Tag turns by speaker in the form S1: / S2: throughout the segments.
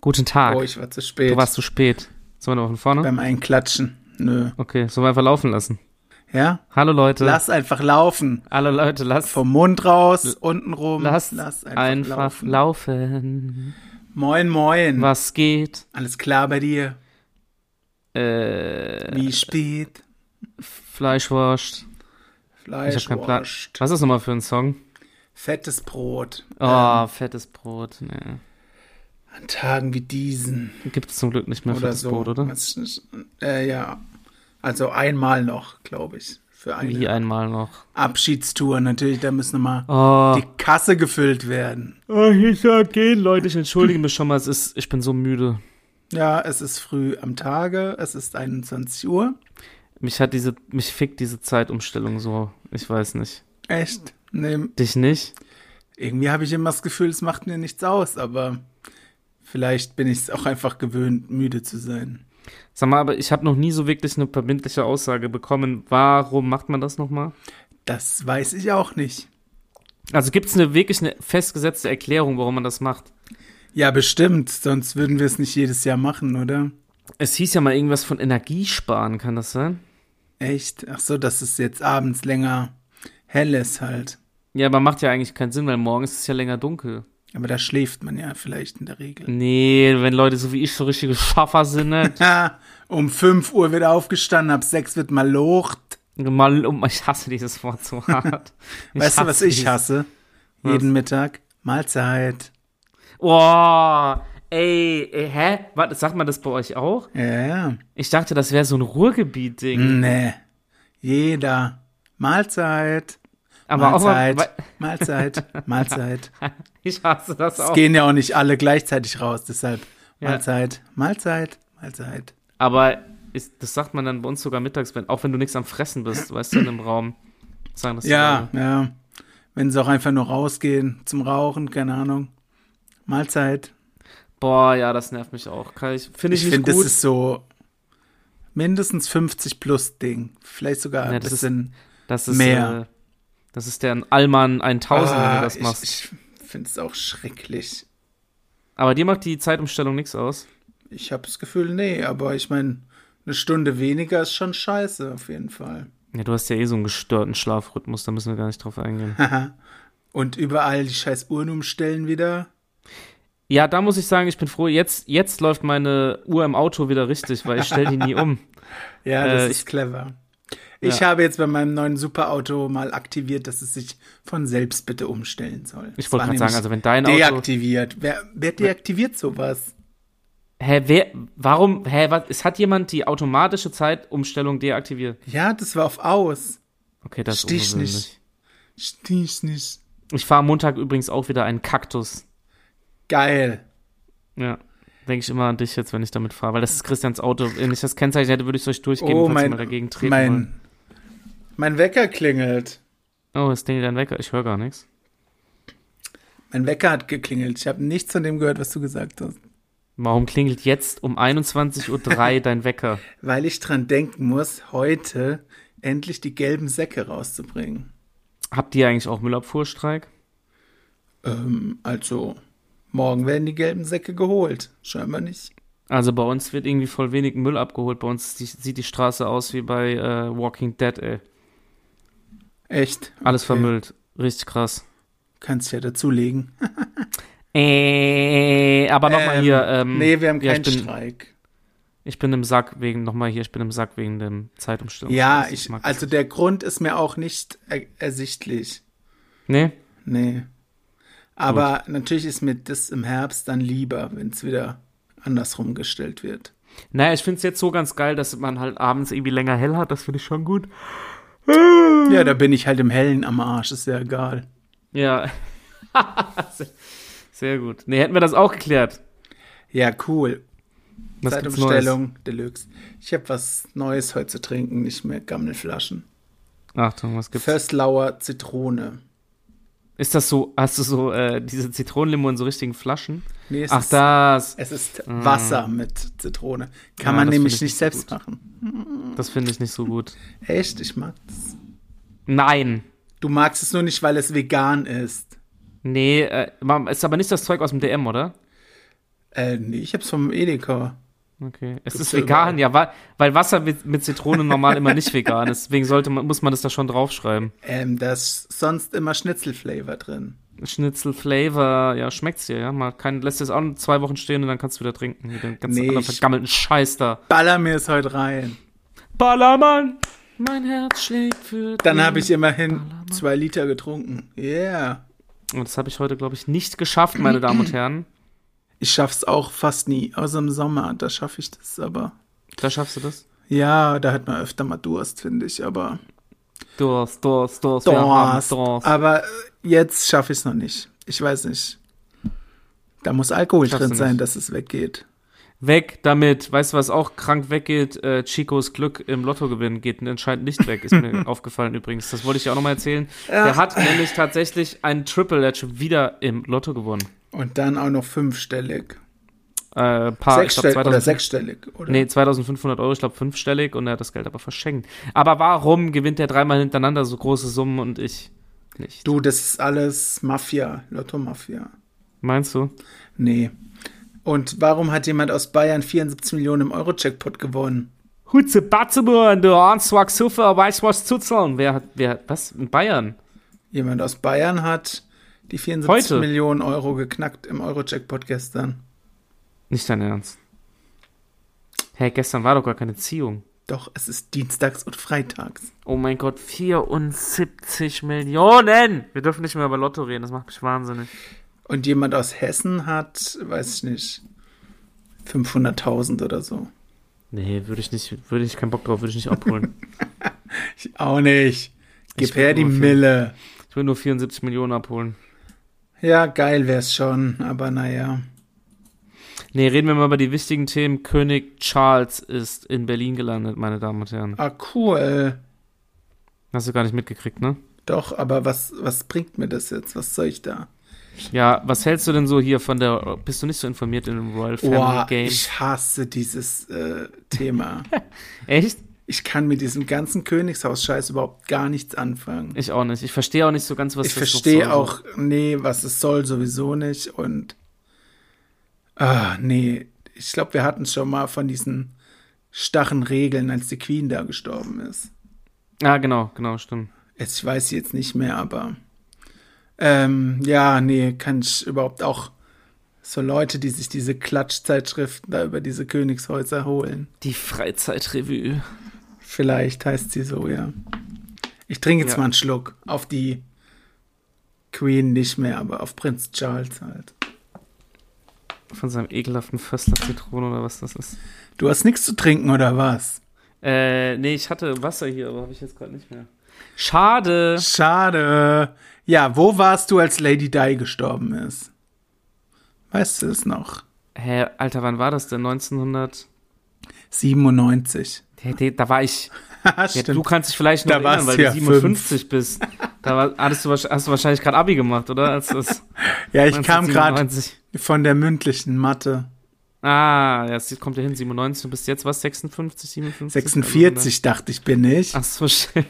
S1: Guten Tag.
S2: Oh, ich war zu spät.
S1: Du warst zu spät. Sollen wir noch von vorne?
S2: Beim Einklatschen. Nö.
S1: Okay, sollen wir einfach laufen lassen?
S2: Ja?
S1: Hallo Leute.
S2: Lass einfach laufen.
S1: Alle Leute, lasst.
S2: Vom Mund raus, unten rum.
S1: Lasst einfach, laufen.
S2: Moin, moin.
S1: Was geht?
S2: Alles klar bei dir?
S1: Äh,
S2: Wie spät?
S1: Fleischwurst.
S2: Fleisch
S1: Ich hab keinen Plan.
S2: wascht.
S1: Was ist nochmal für ein Song?
S2: Fettes Brot. Ähm.
S1: Oh, fettes Brot. Nee.
S2: An Tagen wie diesen
S1: Gibt es zum Glück nicht mehr
S2: oder
S1: fettes
S2: so.
S1: Brot, oder?
S2: Was- Äh, ja. Also einmal noch, glaube ich. Für eine
S1: Wie einmal noch.
S2: Abschiedstour natürlich. Da muss nochmal
S1: Oh.
S2: die Kasse gefüllt werden.
S1: oh, ich sag gehen, Leute. Ich entschuldige mich schon mal. Es ist, ich bin so müde.
S2: Ja, es ist früh am Tage. Es ist 21 Uhr.
S1: Mich hat diese, mich fickt diese Zeitumstellung so. Ich weiß nicht.
S2: Echt? Nee,
S1: Dich nicht?
S2: irgendwie habe ich immer das Gefühl, es macht mir nichts aus, aber vielleicht bin ich es auch einfach gewöhnt, müde zu sein.
S1: Sag mal, aber ich habe noch nie so wirklich eine verbindliche Aussage bekommen. Warum macht man das nochmal?
S2: Das weiß ich auch nicht.
S1: Also gibt es eine wirklich eine festgesetzte Erklärung, warum man das macht?
S2: Ja, bestimmt, sonst würden wir es nicht jedes Jahr machen, oder?
S1: Es hieß ja mal irgendwas von Energiesparen, kann das sein?
S2: Echt? Ach so, dass es jetzt abends länger hell ist halt.
S1: Ja, aber macht ja eigentlich keinen Sinn, weil morgens ist es ja länger dunkel.
S2: Aber da schläft man ja vielleicht in der Regel.
S1: Nee, wenn Leute so wie ich so richtige Schaffer sind, ne?
S2: Ha, um 5 Uhr wird aufgestanden, ab 6 wird mal locht.
S1: mal um, ich hasse dieses Wort so hart. Ich
S2: Weißt du,
S1: hasse
S2: was ich
S1: dieses-
S2: hasse? Jeden Mittag Mahlzeit.
S1: Boah, Oh, ey, ey, hä? Warte, sagt man das bei euch auch?
S2: Ja, ja.
S1: Ich dachte, das wäre so ein Ruhrgebiet-Ding.
S2: Nee. Jeder. Mahlzeit.
S1: aber auch mal,
S2: Mahlzeit, Mahlzeit, Mahlzeit.
S1: ich hasse das
S2: Es
S1: auch.
S2: gehen ja auch nicht alle gleichzeitig raus, deshalb
S1: Ja.
S2: Mahlzeit, Mahlzeit, Mahlzeit.
S1: Aber ist, das sagt man dann bei uns sogar mittags, wenn, auch wenn du nichts am Fressen bist, weißt du, in dem Raum. Sagen das
S2: Ja,
S1: sogar.
S2: ja. Wenn sie auch einfach nur rausgehen zum Rauchen, keine Ahnung. Mahlzeit.
S1: Boah, ja, das nervt mich auch. Kann ich, finde ich,
S2: Ich
S1: nicht
S2: finde, das
S1: gut.
S2: ist so mindestens 50 plus Ding. Vielleicht sogar ein
S1: Ja, das ist
S2: bisschen
S1: das ist
S2: mehr.
S1: Äh, das ist der Allmann 1000, wenn
S2: Ah,
S1: du das machst.
S2: Ich, ich finde es auch schrecklich.
S1: Aber dir macht die Zeitumstellung nichts aus.
S2: Ich habe das Gefühl, nee, aber ich meine, eine Stunde weniger ist schon scheiße, auf jeden Fall.
S1: Ja, du hast ja eh so einen gestörten Schlafrhythmus, da müssen wir gar nicht drauf eingehen.
S2: Haha. Und überall die scheiß Uhren umstellen wieder.
S1: Ja, da muss ich sagen, ich bin froh, jetzt, jetzt läuft meine Uhr im Auto wieder richtig, weil ich stell die nie um.
S2: Ja, das
S1: Äh,
S2: ist
S1: ich-
S2: clever. Ich
S1: Ja.
S2: habe jetzt bei meinem neuen Superauto mal aktiviert, dass es sich von selbst bitte umstellen soll.
S1: Ich
S2: Es
S1: wollte
S2: war
S1: gerade sagen, also
S2: nämlich
S1: wenn dein Auto.
S2: deaktiviert. Wer, wer deaktiviert sowas?
S1: Hä, wer, warum, hä, was, es hat jemand die automatische Zeitumstellung deaktiviert.
S2: Ja, das war auf aus.
S1: Okay, das
S2: Stich
S1: ist
S2: nicht. Stieß nicht.
S1: Ich fahre am Montag übrigens auch wieder einen Kaktus.
S2: Geil.
S1: Ja. Denke ich immer an dich jetzt, wenn ich damit fahre, weil das ist Christians Auto. Wenn ich das Kennzeichen hätte, würde ich es euch durchgeben,
S2: oh,
S1: falls ihr
S2: mein,
S1: mal dagegen treten wollt.
S2: mein, mein Wecker klingelt.
S1: Oh, ist Ding dein Wecker? Ich höre gar nichts.
S2: Mein Wecker hat geklingelt. Ich habe nichts von dem gehört, was du gesagt hast.
S1: Warum klingelt jetzt um 21.03 Uhr dein Wecker?
S2: Weil ich dran denken muss, heute endlich die gelben Säcke rauszubringen.
S1: Habt ihr eigentlich auch Müllabfuhrstreik?
S2: Ähm, also, morgen werden die gelben Säcke geholt. Scheinbar nicht.
S1: Also bei uns wird irgendwie voll wenig Müll abgeholt. Bei uns die, sieht die Straße aus wie bei äh, Walking Dead, ey.
S2: Echt?
S1: Alles
S2: Okay.
S1: vermüllt. Richtig krass.
S2: Kannst ja dazulegen.
S1: Äh, aber nochmal
S2: Ähm,
S1: hier. Ähm,
S2: Nee, wir haben
S1: ja,
S2: keinen
S1: ich bin,
S2: Streik.
S1: Ich bin im Sack wegen, nochmal hier, ich bin im Sack wegen dem Zeitumstellung.
S2: Ja,
S1: Das
S2: ich,
S1: mag-
S2: also der Grund ist mir auch nicht er ersichtlich.
S1: Nee?
S2: Nee. Aber natürlich ist mir das im Herbst dann lieber, wenn es wieder andersrum gestellt wird.
S1: Naja, ich finde es jetzt so ganz geil, dass man halt abends irgendwie länger hell hat. Das finde ich schon gut.
S2: Ja, da bin ich halt im Hellen am Arsch, ist ja egal.
S1: Ja. sehr, sehr gut. Nee, hätten wir das auch geklärt.
S2: Ja, cool.
S1: Was gibt's Neues?
S2: Zeitumstellung Deluxe. Ich habe was Neues heute zu trinken, nicht mehr Gammelflaschen.
S1: Achtung, was gibt's?
S2: Fösslauer Zitrone.
S1: Ist das so, hast du so äh, diese Zitronenlimo in so richtigen Flaschen?
S2: Nee, es
S1: Ach,
S2: ist,
S1: das.
S2: Es ist Wasser mit Zitrone.
S1: Ja,
S2: Kann man
S1: das finde ich
S2: nämlich nicht
S1: nicht so
S2: selbst
S1: gut.
S2: machen.
S1: Das finde ich nicht so gut.
S2: Echt? Ich mag das.
S1: Nein.
S2: Du magst es nur nicht, weil es vegan ist.
S1: Nee, äh, man- ist aber nicht das Zeug aus dem DM, oder?
S2: Äh, nee, ich hab's vom Edeka.
S1: Okay. Es
S2: Gibt's
S1: ist
S2: ja
S1: vegan,
S2: überall.
S1: ja, wa- weil Wasser mit, mit Zitrone normal immer nicht vegan ist. Deswegen sollte man, muss man das da schon draufschreiben.
S2: Ähm, da ist sonst immer Schnitzelflavor drin.
S1: Schnitzel, Flavor, ja, schmeckt's dir, ja. Mal kann, lässt es auch zwei Wochen stehen und dann kannst du wieder trinken. Mit dem ganzen
S2: Nee,
S1: anderen
S2: ich-
S1: vergammelten Scheiß da.
S2: Baller mir es heute rein.
S1: Ballermann! Mein Herz schlägt für
S2: Dann
S1: dich.
S2: habe ich immerhin zwei Liter getrunken. Yeah.
S1: Und das habe ich heute, glaube ich, nicht geschafft, meine Damen und Herren.
S2: Ich schaff's auch fast nie, außer im Sommer, da schaffe ich das, aber.
S1: Da schaffst du das.
S2: Ja, da hat man öfter mal Durst, finde ich, aber.
S1: Durst, Durst, Durst. wir haben
S2: Durst.
S1: Durst.
S2: Aber äh, jetzt schaffe ich es noch nicht. Ich weiß nicht. Da muss Alkohol
S1: Schaffst
S2: drin
S1: du
S2: sein,
S1: nicht.
S2: dass es weggeht.
S1: Weg damit. Weißt du, was auch krank weggeht? Äh, Chicos Glück im Lotto gewinnen geht anscheinend nicht weg. Ist mir aufgefallen übrigens. Das wollte ich ja auch nochmal erzählen. Der hat nämlich tatsächlich einen Triple, der hat schon wieder im Lotto gewonnen.
S2: Und dann auch noch fünfstellig.
S1: Äh, ein paar, ich
S2: sechsstellig
S1: glaub,
S2: oder
S1: 2000,
S2: sechsstellig, oder?
S1: Nee, 2500 Euro, ich glaube fünfstellig und er hat das Geld aber verschenkt. Aber warum gewinnt er dreimal hintereinander so große Summen und ich nicht?
S2: Du, das ist alles Mafia, Lotto-Mafia.
S1: Meinst du?
S2: Nee. Und warum hat jemand aus Bayern 74 Millionen im Euro-Jackpot gewonnen?
S1: Hutze Batzebüren, du Answag Suffer, weiß was zuzeln. Wer hat, wer, was? In Bayern?
S2: Jemand aus Bayern hat die 74
S1: Heute?
S2: Millionen Euro geknackt im Euro-Jackpot gestern.
S1: Nicht dein Ernst. Hey, gestern war doch gar keine Ziehung.
S2: Doch, es ist dienstags und freitags.
S1: Oh mein Gott, 74 Millionen! Wir dürfen nicht mehr über Lotto reden, das macht mich wahnsinnig.
S2: Und jemand aus Hessen hat, weiß ich nicht, 500.000 oder so.
S1: Nee, würde ich nicht, würde ich keinen Bock drauf, würde ich nicht abholen.
S2: Ich auch nicht. Gib
S1: Ich bin
S2: her die
S1: nur für-
S2: Mille.
S1: ich will nur 74 Millionen abholen.
S2: Ja, geil wär's schon, aber naja.
S1: Nee, reden wir mal über die wichtigen Themen. König Charles ist in Berlin gelandet, meine Damen und Herren.
S2: Ah, cool.
S1: Hast du gar nicht mitgekriegt, ne?
S2: Doch, aber was, was bringt mir das jetzt? Was soll ich da?
S1: Ja, was hältst du denn so hier von der. Bist du nicht so informiert in dem Royal Family
S2: Boah,
S1: Game?
S2: ich hasse dieses äh, Thema.
S1: Echt?
S2: ich kann mit diesem ganzen Königshaus-Scheiß überhaupt gar nichts anfangen.
S1: Ich auch nicht. Ich verstehe auch nicht so ganz, was
S2: ich
S1: das noch soll.
S2: verstehe auch, nee, was es soll, sowieso nicht. Und ah, nee, ich glaube, wir hatten schon mal von diesen starren Regeln, als die Queen da gestorben ist.
S1: Ja, genau, genau, stimmt.
S2: Jetzt, ich weiß sie jetzt nicht mehr, aber ähm, ja, nee, kann ich überhaupt auch so Leute, die sich diese Klatschzeitschriften da über diese Königshäuser holen.
S1: Die Freizeitrevue.
S2: Vielleicht heißt sie so, ja. Ich trinke jetzt
S1: Ja.
S2: mal einen Schluck. Auf die Queen nicht mehr, aber auf Prinz Charles halt.
S1: Von seinem ekelhaften Förster-Zitrone oder was das ist.
S2: Du hast nichts zu trinken oder was?
S1: Äh, nee, ich hatte Wasser hier, aber habe ich jetzt gerade nicht mehr. Schade.
S2: Schade. Ja, wo warst du, als Lady Di gestorben ist? Weißt du es noch?
S1: Hä, Alter, wann war das denn? 1900?
S2: 97.
S1: Hä, de- Da war ich.
S2: Haha,
S1: Ja,
S2: Stimmt.
S1: du kannst dich vielleicht noch
S2: Da
S1: erinnern,
S2: warst
S1: weil
S2: du
S1: du
S2: ja
S1: 57 bist. Da war, hattest du, wahrsch- hast du wahrscheinlich gerade Abi gemacht, oder? Als das
S2: ja, ich kam gerade
S1: 1997.
S2: von der mündlichen Mathe.
S1: Ah, ja, es kommt ja hin, 97. Du bist jetzt was? Also, 56, 57?
S2: 46 dachte ich, bin ich.
S1: ne? Ach so, stimmt.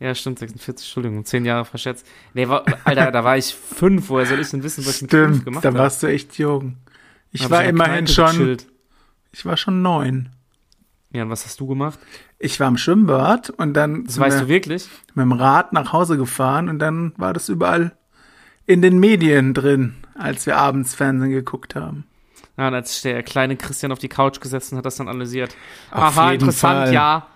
S1: ja, stimmt, 46, Entschuldigung, 10 Jahre verschätzt. Nee, wa- Alter, da war ich 5, woher soll ich denn wissen, was ich mit 5
S2: Stimmt,
S1: gemacht
S2: da
S1: habe?
S2: warst du echt jung. Ich
S1: Hab
S2: war
S1: in der
S2: immerhin
S1: Kneipe
S2: schon,
S1: gechillt.
S2: ich war schon neun.
S1: Ja, und was hast du gemacht?
S2: Ich war im Schwimmbad und dann
S1: Das
S2: sind
S1: weißt
S2: wir
S1: du wirklich?
S2: mit dem Rad nach Hause gefahren und dann war das überall in den Medien drin, als wir abends Fernsehen geguckt haben.
S1: Ja, und als der kleine Christian auf die Couch gesessen hat, das dann analysiert.
S2: Auf
S1: Aha,
S2: jeden
S1: interessant,
S2: Fall.
S1: ja.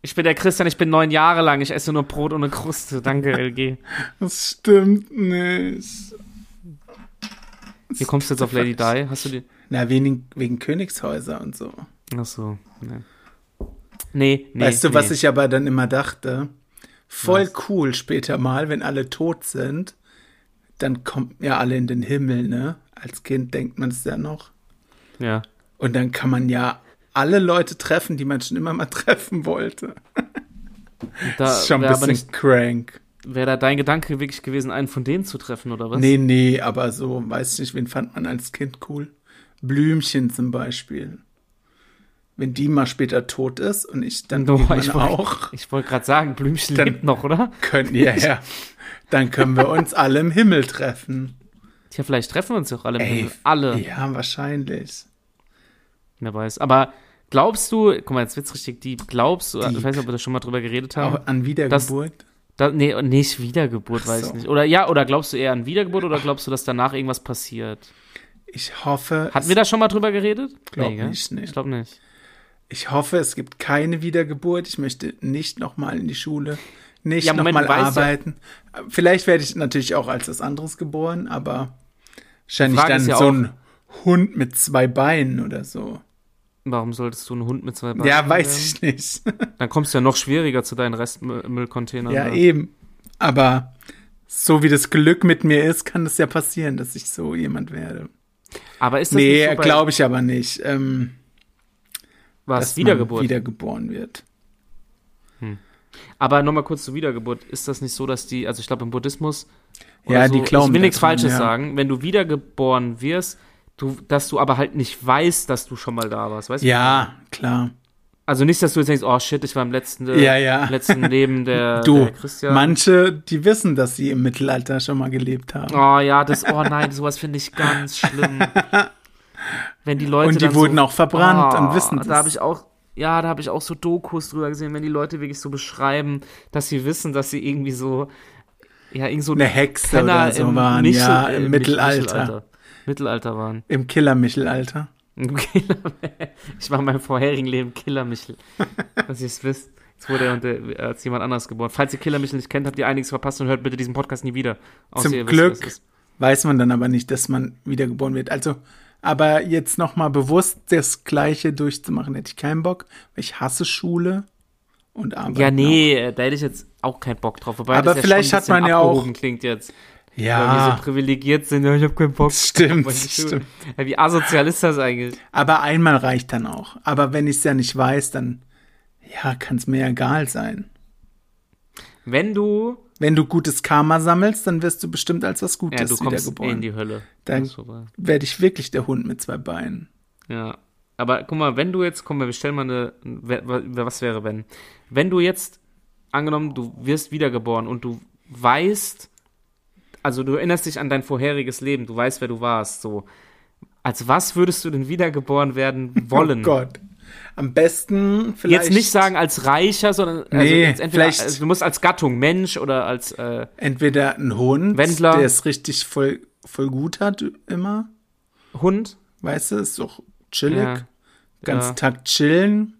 S1: Ich bin der Christian, ich bin neun Jahre lang, ich esse nur Brot ohne Kruste. Danke, LG.
S2: Das stimmt nicht.
S1: Wie kommst du jetzt auf Lady Di? Hast du die.
S2: Na, wegen, wegen Königshäuser und so.
S1: Achso, nee. Nee, nee.
S2: weißt du,
S1: nee.
S2: was ich aber dann immer dachte? Voll
S1: Was?
S2: cool später mal, wenn alle tot sind, dann kommt ja alle in den Himmel, ne? Als Kind denkt man es ja noch.
S1: Ja.
S2: Und dann kann man ja alle Leute treffen, die man schon immer mal treffen wollte.
S1: Da
S2: Das ist schon ein
S1: wäre aber
S2: bisschen
S1: nicht.
S2: crank.
S1: Wäre da dein Gedanke wirklich gewesen, einen von denen zu treffen, oder was?
S2: Nee, nee, aber so, weiß nicht, wen fand man als Kind cool? Blümchen zum Beispiel. Wenn die mal später tot ist und ich dann
S1: Boah,
S2: irgendwann
S1: ich wollt-
S2: auch,
S1: Ich wollte gerade sagen, Blümchen
S2: Dann-
S1: lebt noch, oder?
S2: können, ja, ja, dann können wir uns alle im Himmel treffen.
S1: Tja, vielleicht treffen wir uns doch alle. im
S2: Ey,
S1: Himmel. alle.
S2: Ja, wahrscheinlich.
S1: Wer weiß. Aber glaubst du, guck mal, jetzt wird's richtig deep. Glaubst du, ich
S2: Deep.
S1: weiß nicht, ob wir da schon mal drüber geredet haben.
S2: Auch an Wiedergeburt.
S1: Da, nee, oh, nicht Wiedergeburt,
S2: Ach
S1: weiß ich
S2: so.
S1: nicht. Oder ja, oder glaubst du eher an Wiedergeburt oder glaubst du, dass danach irgendwas passiert?
S2: Ich hoffe,
S1: Hatten wir da schon mal drüber geredet?
S2: Glaub
S1: gell?
S2: nicht, nee.
S1: Ich glaube nicht.
S2: Ich hoffe, es gibt keine Wiedergeburt. Ich möchte nicht nochmal in die Schule, nicht
S1: Ja, Moment,
S2: nochmal
S1: du weißt ja-
S2: arbeiten. Vielleicht werde ich natürlich auch als was anderes geboren, aber wahrscheinlich
S1: Frage
S2: dann
S1: ist ja
S2: so
S1: auch-
S2: ein Hund mit zwei Beinen oder so.
S1: Warum solltest du einen Hund mit zwei Beinen?
S2: Ja, weiß ich nicht.
S1: Dann kommst du ja noch schwieriger zu deinen Restmüllcontainern. ne?
S2: ja, eh. eben. Aber so wie das Glück mit mir ist, kann es ja passieren, dass ich so jemand werde.
S1: Aber ist das nicht
S2: Nee,
S1: so bei
S2: glaube ich aber nicht. Ähm,
S1: was,
S2: man
S1: Wiedergeburt?
S2: wiedergeboren wird.
S1: Aber nochmal kurz zur Wiedergeburt. Ist das nicht so, dass die, also ich glaube im Buddhismus,
S2: Ja,
S1: so,
S2: die glauben
S1: ich will nichts
S2: daran,
S1: Falsches
S2: ja.
S1: sagen, wenn du wiedergeboren wirst, du, dass du aber halt nicht weißt, dass du schon mal da warst, weißt du?
S2: Ja, klar.
S1: Also nicht, dass du jetzt denkst, oh shit, ich war im letzten,
S2: Ja, ja.
S1: letzten Leben der,
S2: Du,
S1: der Christian.
S2: manche, die wissen, dass sie im Mittelalter schon mal gelebt haben.
S1: Oh ja, das, oh nein, sowas finde ich ganz schlimm. Wenn die Leute
S2: Und die
S1: dann
S2: wurden
S1: so,
S2: auch verbrannt und
S1: Ah,
S2: wissen das.
S1: Da habe ich auch, ja, da habe ich auch so Dokus drüber gesehen, wenn die Leute wirklich so beschreiben, dass sie wissen, dass sie irgendwie so, ja, irgend so
S2: Eine Hexe
S1: Penner
S2: oder so
S1: im
S2: waren,
S1: Michel-
S2: ja,
S1: äh,
S2: im
S1: Mich-
S2: Mittelalter.
S1: Mittelalter. Mittelalter waren.
S2: Im Killer-Mittelalter.
S1: Killer- Ich war in meinem vorherigen Leben Killer Michel. Dass ihr es wisst. Jetzt wurde er unter, als jemand anderes geboren. Falls ihr Killer Michel nicht kennt, habt ihr einiges verpasst und hört bitte diesen Podcast nie wieder. Außer
S2: Zum
S1: ihr wisst, wer es
S2: Glück
S1: ist.
S2: weiß man dann aber nicht, dass man wiedergeboren wird. Also, aber jetzt nochmal bewusst das Gleiche durchzumachen, hätte ich keinen Bock. weil Ich hasse Schule und Arbeit.
S1: Ja, nee, äh, da hätte ich jetzt auch keinen Bock drauf. Wobei
S2: Aber
S1: das ja
S2: vielleicht
S1: schon ein
S2: hat man
S1: bisschen
S2: ja auch-
S1: abgehoben klingt jetzt. Weil wir
S2: Ja,
S1: so privilegiert sind. Ja, ich habe keinen Bock.
S2: stimmt,
S1: Weil die Schule-
S2: stimmt.
S1: Ja, wie asozial ist das eigentlich?
S2: Aber einmal reicht dann auch. Aber wenn ich es ja nicht weiß, dann ja, kann es mir egal sein.
S1: Wenn du.
S2: Wenn du gutes Karma sammelst, dann wirst du bestimmt als was Gutes
S1: Ja, du kommst eh
S2: wiedergeboren.
S1: in die Hölle.
S2: Dann-
S1: Das ist vorbei.
S2: werde ich wirklich der Hund mit zwei Beinen.
S1: Ja. Aber guck mal, wenn du jetzt, komm, wir stellen mal eine, wer- wer- was wäre, wenn? Wenn du jetzt, angenommen, du wirst wiedergeboren und du weißt, also du erinnerst dich an dein vorheriges Leben, du weißt, wer du warst, so. Als was würdest du denn wiedergeboren werden wollen?
S2: Oh Gott. Am besten vielleicht.
S1: Jetzt nicht sagen als Reicher, sondern also
S2: Nee,
S1: jetzt entweder,
S2: vielleicht-
S1: also du musst als Gattung, Mensch oder als, äh,
S2: Entweder ein Hund,
S1: Wendler.
S2: der es richtig voll, voll gut hat, immer.
S1: Hund.
S2: Weißt du, ist doch chillig.
S1: Ja.
S2: Ganz
S1: ja.
S2: Tag chillen.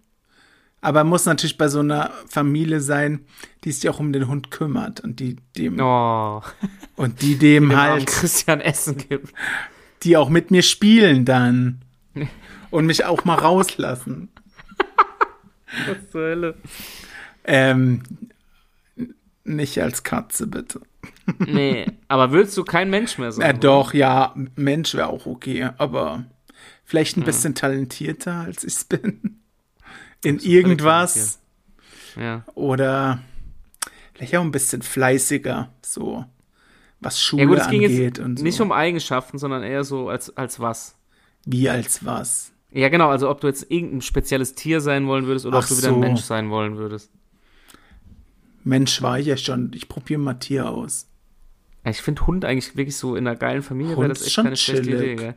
S2: Aber muss natürlich bei so einer Familie sein, die sich auch um den Hund kümmert und die dem,
S1: Oh,
S2: und die dem
S1: dem armen
S2: halt,
S1: Christian Essen gibt.
S2: die auch mit mir spielen dann. und mich auch mal rauslassen.
S1: Was zur Hölle?
S2: Ähm, n- nicht als Katze, bitte.
S1: Nee, aber willst du kein Mensch mehr sein?
S2: Äh, doch, ja, Mensch wäre auch okay, aber vielleicht ein
S1: Hm.
S2: bisschen talentierter, als ich bin. In irgendwas
S1: Ja.
S2: oder vielleicht auch ein bisschen fleißiger, so was Schule
S1: Ja gut, es ging
S2: angeht
S1: jetzt
S2: und so.
S1: nicht um Eigenschaften, sondern eher so als, als was.
S2: Wie als was.
S1: Ja, genau, also ob du jetzt irgendein spezielles Tier sein wollen würdest oder
S2: Ach
S1: ob du wieder
S2: so.
S1: ein Mensch sein wollen würdest.
S2: Mensch war ich ja schon. Ich probiere mal Tier aus.
S1: Ja, ich finde Hund eigentlich wirklich so in einer geilen Familie, wäre
S2: Hund
S1: das
S2: ist
S1: echt
S2: schon
S1: keine schlechte
S2: chillig.
S1: Idee, gell?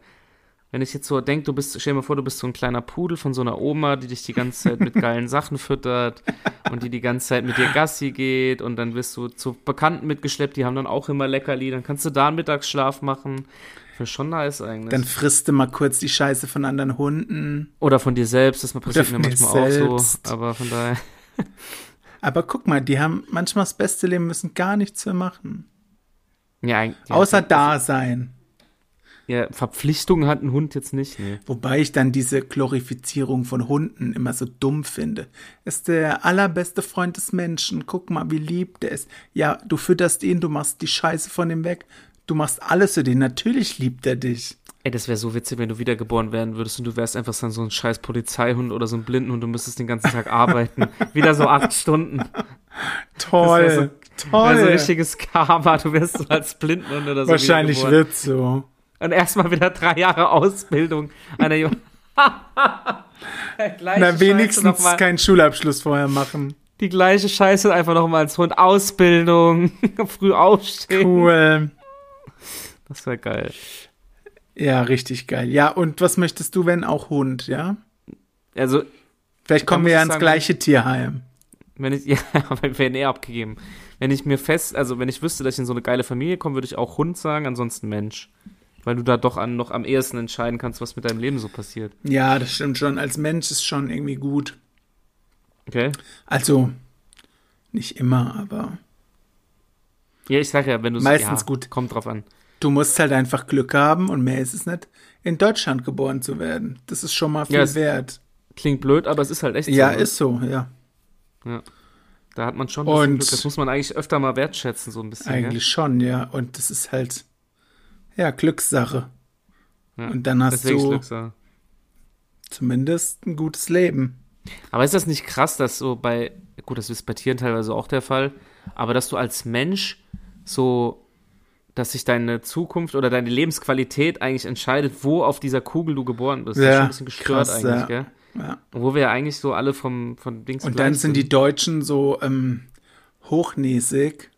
S1: Wenn ich jetzt so denke, du bist, stell dir mal vor, du bist so ein kleiner Pudel von so einer Oma, die dich die ganze Zeit mit geilen Sachen füttert und die die ganze Zeit mit dir Gassi geht und dann wirst du zu Bekannten mitgeschleppt, die haben dann auch immer Leckerli, dann kannst du da einen Mittagsschlaf machen. Wäre schon nice eigentlich.
S2: Dann frisst du mal kurz die Scheiße von anderen Hunden.
S1: Oder von dir selbst, das passiert mir
S2: von dir
S1: manchmal auch
S2: selbst.
S1: so. Aber von daher.
S2: Aber guck mal, die haben manchmal das beste Leben, müssen gar nichts mehr machen.
S1: Ja, eigentlich-
S2: Außer da sein.
S1: Ja, Verpflichtungen hat ein Hund jetzt nicht. Nee.
S2: Wobei ich dann diese Glorifizierung von Hunden immer so dumm finde. Ist der allerbeste Freund des Menschen. Guck mal, wie lieb der ist. Ja, du fütterst ihn, du machst die Scheiße von ihm weg. Du machst alles für den. Natürlich liebt er dich.
S1: Ey, das wäre so witzig, wenn du wiedergeboren werden würdest und du wärst einfach dann so ein scheiß Polizeihund oder so ein Blindenhund und müsstest den ganzen Tag arbeiten. Wieder so acht Stunden. Das
S2: Toll.
S1: wär
S2: toll.
S1: Wär so richtiges Karma. Du wärst so als Blindenhund oder so.
S2: Wahrscheinlich
S1: wiedergeboren.
S2: wird's so.
S1: Und erstmal wieder drei Jahre Ausbildung an der Jugend.
S2: Na, wenigstens keinen Schulabschluss vorher machen.
S1: Die gleiche Scheiße einfach nochmal als Hund. Ausbildung, früh aufstehen.
S2: Cool.
S1: Das wäre geil.
S2: Ja, richtig geil. Ja, und was möchtest du, wenn auch Hund, ja?
S1: Also,
S2: Vielleicht kommen
S1: muss
S2: wir ja
S1: ich
S2: ins
S1: sagen,
S2: gleiche Tierheim.
S1: wenn ich, ja, aber wäre eher abgegeben. Wenn ich mir fest, also wenn ich wüsste, dass ich in so eine geile Familie komme, würde ich auch Hund sagen, ansonsten Mensch. Weil du da doch an, noch am ehesten entscheiden kannst, was mit deinem Leben so passiert.
S2: Ja, das stimmt schon. Als Mensch ist schon irgendwie gut.
S1: Okay?
S2: Also, nicht immer, aber
S1: Ja, ich sag ja, wenn du
S2: Meistens
S1: ja,
S2: gut.
S1: Kommt drauf an.
S2: du musst halt einfach Glück haben und mehr ist es nicht, in Deutschland geboren zu werden. Das ist schon mal viel
S1: Ja, es-
S2: wert.
S1: Klingt blöd, aber es ist halt echt
S2: Ja,
S1: so.
S2: ist so, ja.
S1: Da hat man schon ein bisschen
S2: Und-
S1: Glück. Das muss man eigentlich öfter mal wertschätzen, so ein bisschen.
S2: Eigentlich schon, ja. Und das ist halt, ja, Glückssache.
S1: Ja.
S2: Und dann
S1: ja?
S2: hast
S1: Deswegen
S2: du
S1: Glückssache.
S2: zumindest ein gutes Leben.
S1: Aber ist das nicht krass, dass so bei, gut, das ist bei Tieren teilweise auch der Fall, aber dass du als Mensch so, dass sich deine Zukunft oder deine Lebensqualität eigentlich entscheidet, wo auf dieser Kugel du geboren bist. das ist
S2: Ja,
S1: schon ein bisschen gestört
S2: krass,
S1: eigentlich,
S2: ja.
S1: gell?
S2: Ja.
S1: Wo wir ja eigentlich so alle vom, von Dings
S2: Und
S1: gleich
S2: dann sind die Deutschen so ähm, hochnäsig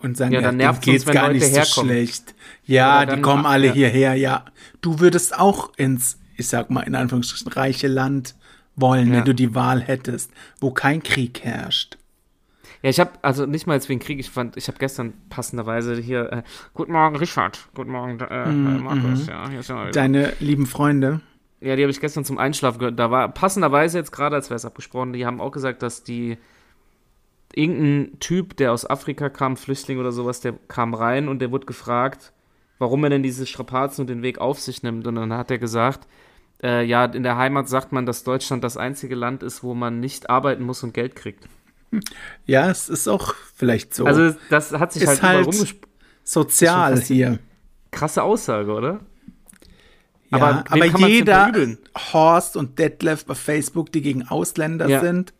S2: und sagen,
S1: Ja,
S2: ja,
S1: dann
S2: dem
S1: nervt's uns,
S2: geht's
S1: wenn
S2: gar
S1: Leute
S2: nicht so
S1: herkommen.
S2: schlecht. Ja,
S1: Oder
S2: die
S1: dann-
S2: kommen alle
S1: ja.
S2: hierher, ja. Du würdest auch ins, ich sag mal, in Anführungsstrichen reiche Land wollen,
S1: Ja.
S2: wenn du die Wahl hättest, wo kein Krieg herrscht.
S1: Ja, ich habe also nicht mal deswegen Krieg. Ich fand, ich habe gestern passenderweise hier. Äh, Guten Morgen, Richard. Guten Morgen, äh, äh,
S2: Mhm,
S1: Markus. Ja, hier ist er mal wieder.
S2: Deine lieben Freunde,
S1: ja, die habe ich gestern zum Einschlafen gehört. Da war passenderweise jetzt gerade, als wäre es abgesprochen. Die haben auch gesagt, dass die irgendein Typ, der aus Afrika kam, Flüchtling oder sowas, der kam rein und der wurde gefragt, warum er denn diese Strapazen und den Weg auf sich nimmt. Und dann hat er gesagt, äh, ja, in der Heimat sagt man, dass Deutschland das einzige Land ist, wo man nicht arbeiten muss und Geld kriegt.
S2: ja, es ist auch vielleicht so
S1: Also das hat sich
S2: Ist
S1: halt, überall
S2: halt-
S1: rumgesprochen.
S2: sozial
S1: ist schon
S2: hier.
S1: Krasse Aussage, oder?
S2: Ja,
S1: Aber
S2: aber,
S1: wem kann man's denn
S2: jeder
S1: verübeln?
S2: Horst und Detlef bei Facebook, die gegen Ausländer
S1: Ja.
S2: sind,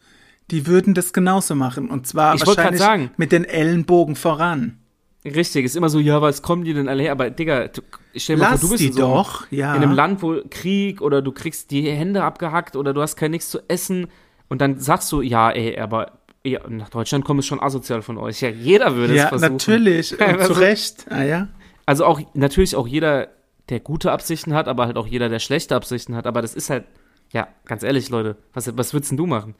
S2: die würden das genauso machen. Und zwar
S1: Ich wollt grad
S2: wahrscheinlich
S1: sagen.
S2: mit den Ellenbogen voran.
S1: Richtig, ist immer so, ja, was kommen die denn alle her? Aber Digga, du, ich stell dir mal
S2: Lass
S1: vor, du bist
S2: die
S1: in so einem-
S2: doch, ja.
S1: in einem Land, wo Krieg oder du kriegst die Hände abgehackt oder du hast kein nichts zu essen und dann sagst du, ja, ey, aber ja, nach Deutschland kommt es schon asozial von euch. Ja, jeder würde es
S2: Ja,
S1: versuchen.
S2: natürlich. Und zu
S1: Also-
S2: Recht. Ah, ja.
S1: Also auch natürlich auch jeder, der gute Absichten hat, aber halt auch jeder, der schlechte Absichten hat. Aber das ist halt, ja, ganz ehrlich, Leute, was, was würdest denn du machen?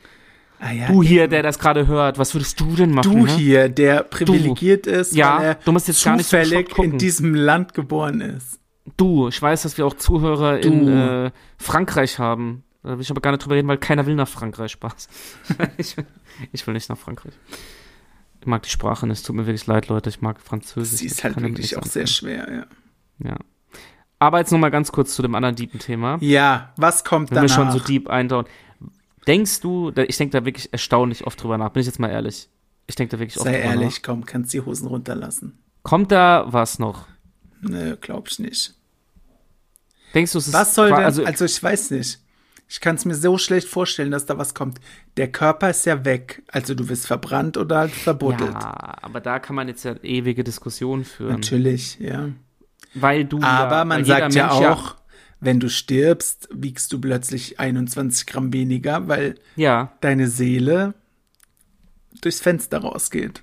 S2: Ah, ja.
S1: Du hier, der das gerade hört, was würdest du denn machen?
S2: Du
S1: ne?
S2: hier, der privilegiert ist,
S1: Ja,
S2: weil er
S1: du musst jetzt gar nicht so
S2: zufällig
S1: geschockt gucken.
S2: in diesem Land geboren ist.
S1: Du, ich weiß, dass wir auch Zuhörer in
S2: Du.
S1: äh, Frankreich haben. Da will ich aber gar nicht drüber reden, weil keiner will nach Frankreich. Spaß. ich, will, ich will nicht nach Frankreich. Ich mag die Sprache nicht. Es tut mir wirklich leid, Leute. Ich mag Französisch.
S2: Sie
S1: Ich
S2: ist halt
S1: kann damit
S2: wirklich
S1: nichts
S2: auch sehr
S1: anfangen.
S2: schwer, ja.
S1: Ja. Aber jetzt nochmal ganz kurz zu dem anderen deepen Thema.
S2: Ja, was kommt
S1: Wenn wir schon
S2: danach?
S1: so deep eintauen. Denkst du, da- ich denke da wirklich erstaunlich oft drüber nach. Bin ich jetzt mal ehrlich. Ich denke da wirklich oft
S2: Sei
S1: drüber
S2: ehrlich, komm, kannst die Hosen runterlassen.
S1: nach. Kommt da was noch?
S2: Nö, glaub ich nicht.
S1: Denkst du, es ist
S2: Was soll
S1: qua-
S2: denn,
S1: also,
S2: also, ich weiß nicht. Ich kann es mir so schlecht vorstellen, dass da was kommt. Der Körper ist ja weg. Also du wirst verbrannt oder halt verbuddelt.
S1: ja, aber da kann man jetzt ja ewige Diskussionen führen.
S2: Natürlich, ja.
S1: Weil du.
S2: Aber
S1: ja,
S2: man
S1: weil jeder
S2: sagt ja
S1: Mensch
S2: auch, wenn du stirbst, wiegst du plötzlich 21 Gramm weniger, weil
S1: Ja,
S2: deine Seele durchs Fenster rausgeht.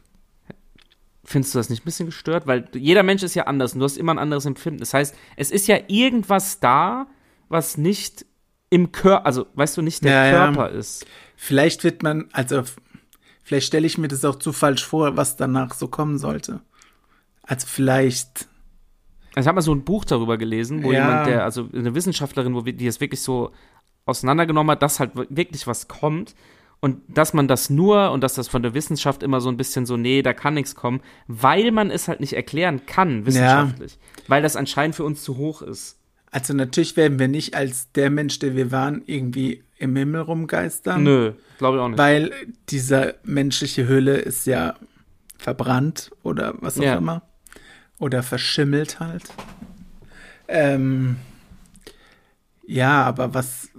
S1: findest du das nicht ein bisschen gestört? Weil jeder Mensch ist ja anders und du hast immer ein anderes Empfinden. Das heißt, es ist ja irgendwas da, was nicht im Körper, also weißt du, nicht der
S2: Ja, ja.
S1: Körper ist.
S2: Vielleicht wird man, also vielleicht stelle ich mir das auch zu falsch vor, was danach so kommen sollte. Also vielleicht
S1: Also ich habe mal so ein Buch darüber gelesen, wo
S2: Ja.
S1: jemand, der, also eine Wissenschaftlerin, wo wir, die es wirklich so auseinandergenommen hat, dass halt wir- wirklich was kommt und dass man das nur und dass das von der Wissenschaft immer so ein bisschen so, nee, da kann nichts kommen, weil man es halt nicht erklären kann, wissenschaftlich. Weil das anscheinend für uns zu hoch ist.
S2: Also natürlich werden wir nicht als der Mensch, der wir waren, irgendwie im Himmel rumgeistern,
S1: Nö, glaube ich auch nicht.
S2: weil diese menschliche Hülle ist ja verbrannt oder was auch
S1: Ja.
S2: immer oder verschimmelt halt. Ähm, ja, aber was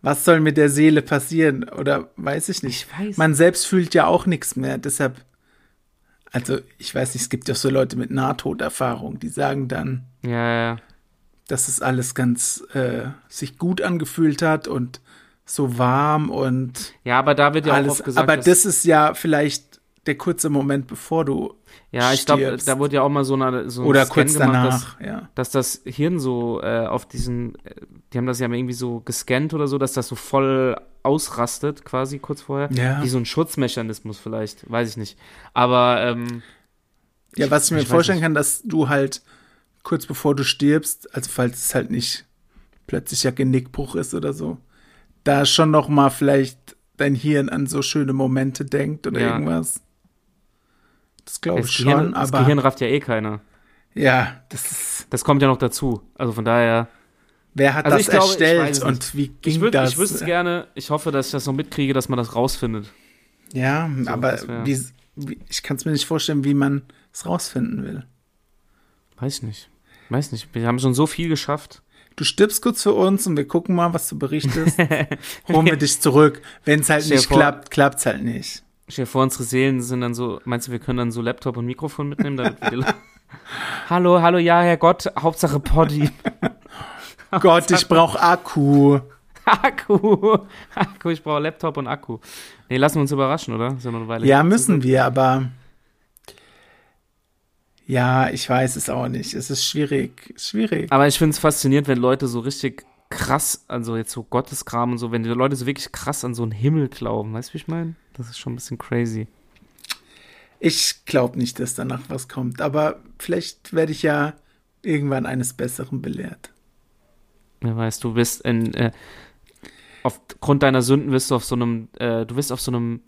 S2: was soll mit der Seele passieren oder weiß ich nicht.
S1: Ich weiß
S2: Man selbst fühlt ja auch nichts mehr, deshalb also ich weiß nicht, es gibt ja so Leute mit Nahtoderfahrung, die sagen dann
S1: Ja, ja, ja.
S2: dass es alles ganz äh, sich gut angefühlt hat und so warm und
S1: Ja, aber da wird ja auch
S2: alles.
S1: oft gesagt,
S2: aber
S1: dass-
S2: das ist ja vielleicht der kurze Moment, bevor du
S1: Ja, ich glaube,
S2: stirbst.
S1: da wurde ja auch mal so, eine, so ein
S2: Oder
S1: Scan
S2: kurz
S1: gemacht,
S2: danach, ja.
S1: dass, dass das Hirn so äh, auf diesen, äh, die haben das ja mal irgendwie so gescannt oder so, dass das so voll ausrastet quasi kurz vorher.
S2: Ja.
S1: Wie so ein Schutzmechanismus vielleicht, weiß ich nicht. Aber ähm,
S2: Ja, was ich mir
S1: ich weiß
S2: vorstellen
S1: nicht.
S2: kann, dass du halt kurz bevor du stirbst, also falls es halt nicht plötzlicher Genickbruch ist oder so, da schon noch mal vielleicht dein Hirn an so schöne Momente denkt oder
S1: Ja.
S2: irgendwas. Das glaube
S1: das,
S2: ich
S1: Gehirn,
S2: schon,
S1: das
S2: aber
S1: Gehirn rafft ja eh keiner.
S2: ja, das ist,
S1: Das kommt ja noch dazu. Also von daher.
S2: wer hat
S1: Also
S2: das
S1: ich glaube, ich weiß
S2: erstellt
S1: es
S2: und wie ging
S1: Ich, würd,
S2: das? äh,
S1: ich wüsste es gerne, ich hoffe, dass ich das noch mitkriege, dass man das rausfindet.
S2: ja, aber
S1: das wär-
S2: wie, wie, ich kann es mir nicht vorstellen, wie man es rausfinden will.
S1: Weiß nicht. Weiß nicht. Wir haben schon so viel geschafft.
S2: Du stirbst kurz für uns und wir gucken mal, was du berichtest. Holen wir dich zurück. Wenn es halt
S1: Stell dir
S2: nicht
S1: vor-
S2: klappt, klappt's halt nicht.
S1: Stell dir vor, unsere Seelen sind dann so, meinst du, wir können dann so Laptop und Mikrofon mitnehmen, damit wir die Le- Hallo, hallo, ja, Herr Gott, Hauptsache Poddy. Oh,
S2: Gott, ich brauche Akku.
S1: Akku. Akku, ich brauche Laptop und Akku. Nee, lassen wir uns überraschen, oder? Sind wir eine Weile
S2: Ja, müssen wir, aber. Ja, ich weiß es auch nicht. Es ist schwierig. Ist Schwierig.
S1: Aber ich finde es faszinierend, wenn Leute so richtig krass, also jetzt so Gotteskram und so, wenn die Leute so wirklich krass an so einen Himmel glauben, weißt du, wie ich meine? Das ist schon ein bisschen crazy.
S2: Ich glaube nicht, dass danach was kommt, aber vielleicht werde ich ja irgendwann eines Besseren belehrt.
S1: Wer weiß, du bist in, äh, aufgrund deiner Sünden wirst du auf so einem, äh, du wirst auf so einem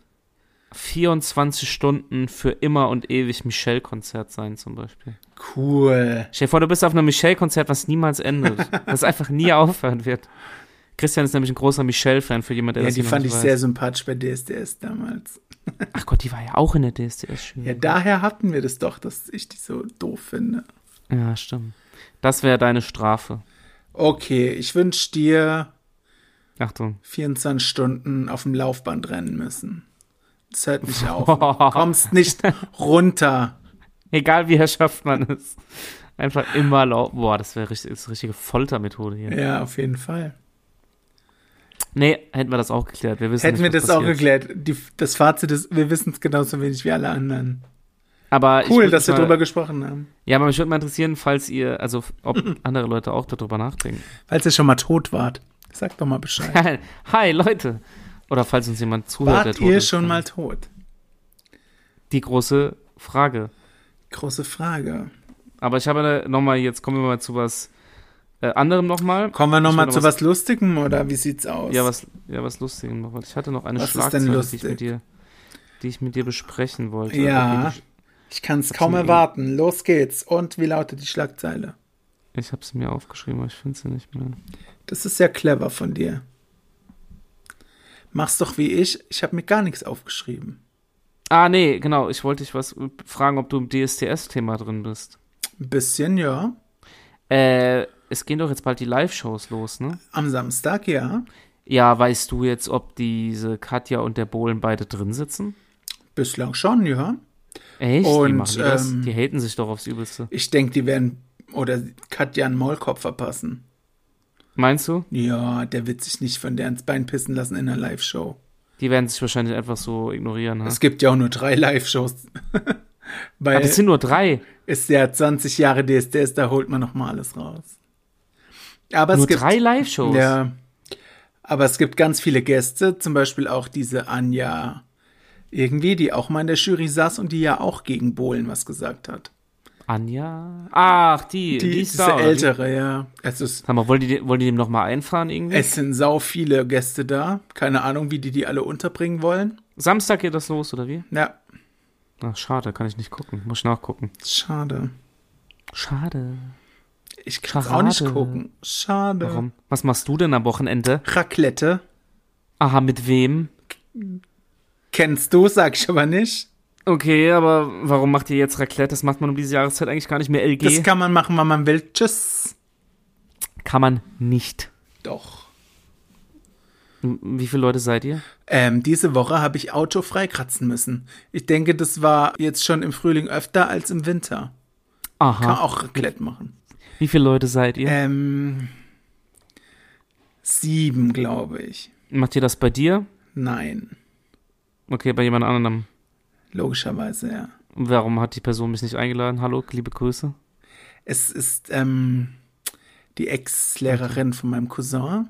S1: 24 Stunden für immer und ewig Michelle-Konzert sein, zum Beispiel.
S2: Cool.
S1: Stell dir vor, du bist auf einem Michelle-Konzert, was niemals endet, was einfach nie aufhören wird. Christian ist nämlich ein großer Michelle-Fan für jemand, der genau,
S2: Ja,
S1: das
S2: die
S1: noch
S2: fand ich
S1: nicht
S2: sehr sympathisch bei DSDS damals.
S1: Ach Gott, die war ja auch in der DSDS. Schön.
S2: Ja, daher hatten wir das doch, dass ich die so doof finde.
S1: Ja, stimmt. Das wäre deine Strafe.
S2: Okay, ich wünsche dir
S1: Achtung.
S2: 24 Stunden auf dem Laufband rennen müssen. Das hört mich auf. Du kommst nicht runter.
S1: Egal wie herrschaft man ist. Einfach immer laut. Boah, das wäre richtig, das ist eine richtige Foltermethode hier.
S2: Ja, auf jeden Fall.
S1: Nee, hätten wir das auch geklärt. Wir wissen
S2: Hätten wir
S1: nicht,
S2: das
S1: was
S2: auch
S1: passiert.
S2: geklärt. Die, das Fazit ist, wir wissen es genauso wenig wie alle anderen.
S1: Aber ich
S2: Cool,
S1: würd
S2: dass wir
S1: mal,
S2: drüber gesprochen haben.
S1: Ja, aber mich würde mal interessieren, falls ihr, also ob andere Leute auch darüber nachdenken.
S2: Falls ihr schon mal tot wart, sagt doch mal Bescheid.
S1: Hi, Leute. Oder falls uns jemand zuhört, der
S2: Wart
S1: tot
S2: ihr
S1: ist.
S2: schon mal tot?
S1: Die große Frage.
S2: Große Frage.
S1: Aber ich habe nochmal, jetzt kommen wir mal zu was äh, anderem nochmal.
S2: Kommen wir
S1: Ich will
S2: nochmal
S1: noch
S2: zu
S1: was-
S2: was Lustigem oder wie sieht's aus?
S1: Ja, was, ja, was Lustigem noch. Ich hatte noch eine
S2: Was ist denn
S1: Schlagzeile, die ich,
S2: lustig?
S1: mit dir, die ich mit dir besprechen wollte.
S2: Ja.
S1: Okay,
S2: Ich kann es kaum
S1: mir-
S2: erwarten. Los geht's. Und wie lautet die Schlagzeile?
S1: die- ich habe sie mir aufgeschrieben, aber ich finde sie nicht mehr.
S2: Das ist sehr clever von dir. Mach's doch wie ich. Ich habe mir gar nichts aufgeschrieben.
S1: Ah, nee, genau. Ich wollte dich was fragen, ob du im DSDS-Thema drin bist.
S2: Ein bisschen, ja.
S1: Äh, es gehen doch jetzt bald die Live-Shows los, ne?
S2: Am Samstag, ja.
S1: Ja, weißt du jetzt, ob diese Katja und der Bohlen beide drin sitzen?
S2: Bislang schon, ja.
S1: Echt? Wie
S2: Und,
S1: machen die das?
S2: ähm,
S1: Die haten sich doch aufs Übelste.
S2: Ich denke, die werden oder Katja einen Maulkorb verpassen.
S1: Meinst du?
S2: Ja, der wird sich nicht von der ins Bein pissen lassen in einer Live-Show.
S1: Die werden sich wahrscheinlich einfach so ignorieren. ne? Ha?
S2: Es gibt ja auch nur drei Live-Shows.
S1: Aber
S2: Weil
S1: es sind nur drei.
S2: ist ja 20 Jahre DSDS, da holt man nochmal alles raus. Aber
S1: Nur
S2: es gibt
S1: drei Live-Shows.
S2: Ja. Aber es gibt ganz viele Gäste, zum Beispiel auch diese Anja irgendwie, die auch mal in der Jury saß und die ja auch gegen Bohlen was gesagt hat.
S1: Anja? Ach, die.
S2: Die,
S1: die ist
S2: diese
S1: da, oder wie?
S2: ältere, ja. Es, ist,
S1: Sag mal, wollen die, wollen die dem nochmal einfahren irgendwie?
S2: es sind sau viele Gäste da. Keine Ahnung, wie die die alle unterbringen wollen.
S1: Samstag geht das los, oder wie?
S2: Ja,
S1: Ach, schade, kann ich nicht gucken. Muss ich nachgucken.
S2: schade.
S1: Schade.
S2: Ich kann auch nicht
S1: Schade.
S2: gucken. Schade.
S1: Warum? Was machst du denn am Wochenende?
S2: Raclette.
S1: Aha, mit wem?
S2: Kennst du, sag ich aber nicht.
S1: Okay, aber warum macht ihr jetzt Raclette? Das macht man um diese Jahreszeit eigentlich gar nicht mehr. LG
S2: Das kann man machen, wann man will. Tschüss.
S1: kann man nicht.
S2: Doch.
S1: M- Wie viele Leute seid ihr?
S2: Ähm, diese Woche habe ich Auto freikratzen müssen. Ich denke, das war jetzt schon im Frühling öfter als im Winter. Kann
S1: Aha.
S2: auch Raclette machen.
S1: Wie viele Leute seid ihr?
S2: Ähm, sieben, glaube ich.
S1: Macht ihr das bei dir?
S2: Nein.
S1: Okay, bei jemand anderem.
S2: Logischerweise, ja.
S1: Warum hat die Person mich nicht eingeladen? Hallo, liebe Grüße.
S2: Es ist ähm, die Ex-Lehrerin von meinem Cousin.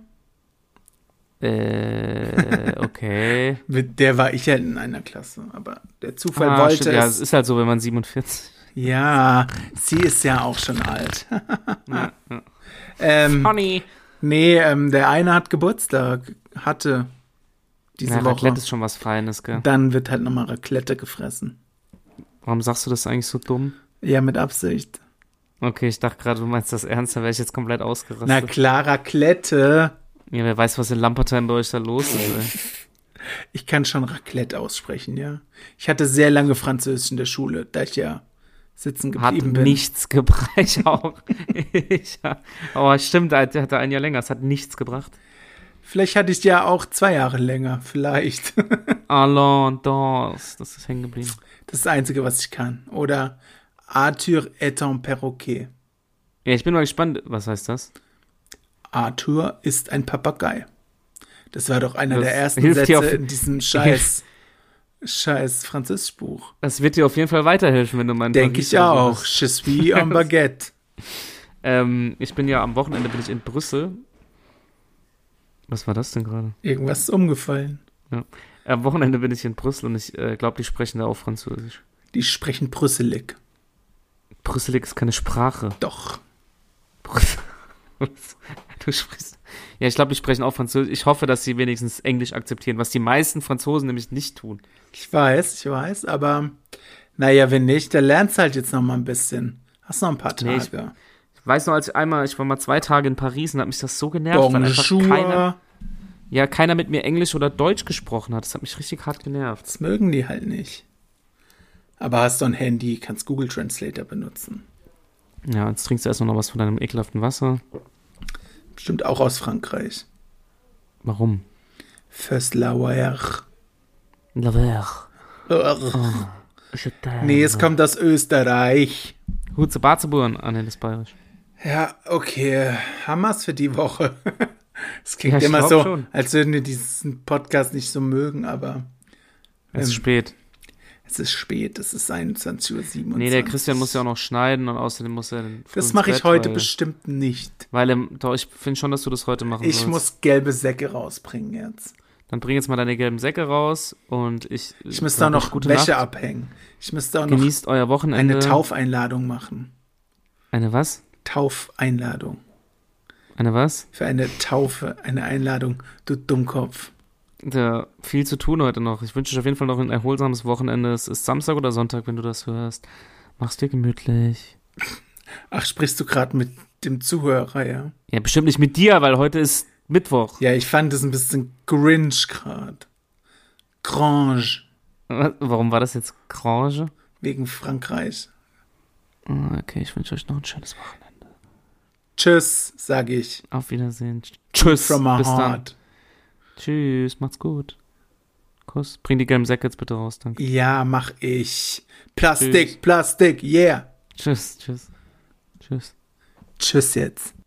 S1: Äh, okay.
S2: Mit der war ich ja in einer Klasse, aber der Zufall
S1: Ah,
S2: wollte
S1: stimmt, ja, es
S2: es.
S1: ist halt so, wenn man 47.
S2: Ja, sie ist ja auch schon alt.
S1: Ja, ja.
S2: ähm,
S1: Honey.
S2: nee, ähm, der eine hat Geburtstag, hatte diese
S1: Ja,
S2: Woche.
S1: Raclette ist schon was Feines, gell?
S2: Dann wird halt nochmal Raclette gefressen.
S1: Warum sagst du das eigentlich so dumm?
S2: Ja, mit Absicht.
S1: Okay, ich dachte gerade, du meinst das ernst, da wäre ich jetzt komplett
S2: Na
S1: ausgerastet.
S2: klar, Raclette.
S1: Ja, wer weiß, was in Lampertheim bei euch da los ist, ey.
S2: Ich kann schon Raclette aussprechen, ja. Ich hatte sehr lange Französisch in der Schule, da ich ja sitzen
S1: Hat
S2: geblieben bin.
S1: nichts gebracht. Ich auch. Ich, ja. Aber stimmt, der hatte ein Jahr länger. Es hat nichts gebracht.
S2: Vielleicht hatte ich ja auch zwei Jahre länger, vielleicht.
S1: Alain Dors. Das ist hängen geblieben.
S2: Das ist das Einzige, was ich kann. Oder Arthur est un perroquet.
S1: Ja, ich bin mal gespannt. Was heißt das?
S2: Arthur ist ein Papagei. Das war doch einer
S1: Das
S2: der ersten
S1: hilft dir
S2: Sätze
S1: auf-
S2: in diesem scheiß, scheiß Französischbuch.
S1: Das wird dir auf jeden Fall weiterhelfen, wenn du meinen
S2: Denke
S1: Paris
S2: ich
S1: oder so
S2: auch.
S1: hast.
S2: Je suis un baguette.
S1: Ähm, ich bin ja am Wochenende bin ich in Brüssel. Was war das denn gerade?
S2: Irgendwas ist umgefallen.
S1: Am Wochenende bin ich in Brüssel und ich äh, glaube, die sprechen da auch Französisch.
S2: Die sprechen brüsselig.
S1: Brüsselig ist keine Sprache.
S2: Doch.
S1: Brüssel. Du sprichst. Ja, ich glaube, die sprechen auch Französisch. Ich hoffe, dass sie wenigstens Englisch akzeptieren, was die meisten Franzosen nämlich nicht tun.
S2: Ich weiß, ich weiß, aber naja, wenn nicht, dann lernst halt jetzt noch mal ein bisschen. Hast noch ein paar
S1: Nee, ich-
S2: Tage.
S1: Ich weiß noch, als ich einmal, ich war mal zwei Tage in Paris und hat mich das so genervt, weil einfach keiner,
S2: Bonjour.
S1: ja, keiner mit mir Englisch oder Deutsch gesprochen hat. Das hat mich richtig hart genervt.
S2: Das mögen die halt nicht. Aber hast du ein Handy, kannst Google Translator benutzen.
S1: Ja, jetzt trinkst du erstmal noch was von deinem ekelhaften Wasser.
S2: Bestimmt auch aus Frankreich.
S1: Warum?
S2: First Lauer.
S1: Laver.
S2: Urgh. Nee,
S1: Oh.
S2: es kommt aus Österreich.
S1: Hutze Barzeburen. Ah, nee, das ist bayerisch.
S2: Ja, okay. Hammers für die Woche. Es klingt
S1: ich
S2: immer
S1: glaub
S2: so,
S1: schon.
S2: als würden wir diesen Podcast nicht so mögen, aber
S1: Es ist
S2: Ähm,
S1: spät.
S2: es ist spät. Es ist 21.27 Uhr.
S1: Nee, der Christian muss ja auch noch schneiden und außerdem muss er den
S2: Das mache ich heute
S1: weil,
S2: bestimmt nicht.
S1: Weil, ähm, doch, ich finde schon, dass du das heute machen
S2: Ich
S1: sollst.
S2: muss gelbe Säcke rausbringen jetzt.
S1: Dann bring jetzt mal deine gelben Säcke raus und ich.
S2: Ich müsste auch noch
S1: gute
S2: Wäsche
S1: Nacht.
S2: abhängen. Ich müsste auch noch
S1: Genießt euer Wochenende.
S2: eine Taufeinladung machen.
S1: Eine was?
S2: Taufeinladung.
S1: Eine was?
S2: Für eine Taufe, eine Einladung, du Dummkopf.
S1: Da, viel zu tun heute noch. Ich wünsche euch auf jeden Fall noch ein erholsames Wochenende. Es ist Samstag oder Sonntag, wenn du das hörst. Mach's dir gemütlich.
S2: Ach, sprichst du gerade mit dem Zuhörer, ja?
S1: Ja, bestimmt nicht mit dir, weil heute ist Mittwoch.
S2: Ja, ich fand es ein bisschen cringe gerade. Grange,
S1: Wa- Warum war das jetzt Grange?
S2: wegen Frankreich.
S1: Ah, Okay, ich wünsche euch noch ein schönes Wochenende.
S2: Tschüss, sage ich.
S1: Auf Wiedersehen. Tschüss.
S2: From my
S1: Bis dann.
S2: heart.
S1: Tschüss. Macht's gut. Kuss. Bring die gelben Säcke jetzt bitte raus. Danke.
S2: Ja, mach ich. Plastik,
S1: Tschüss.
S2: Plastik, yeah.
S1: Tschüss. Tschüss. Tschüss.
S2: Tschüss jetzt.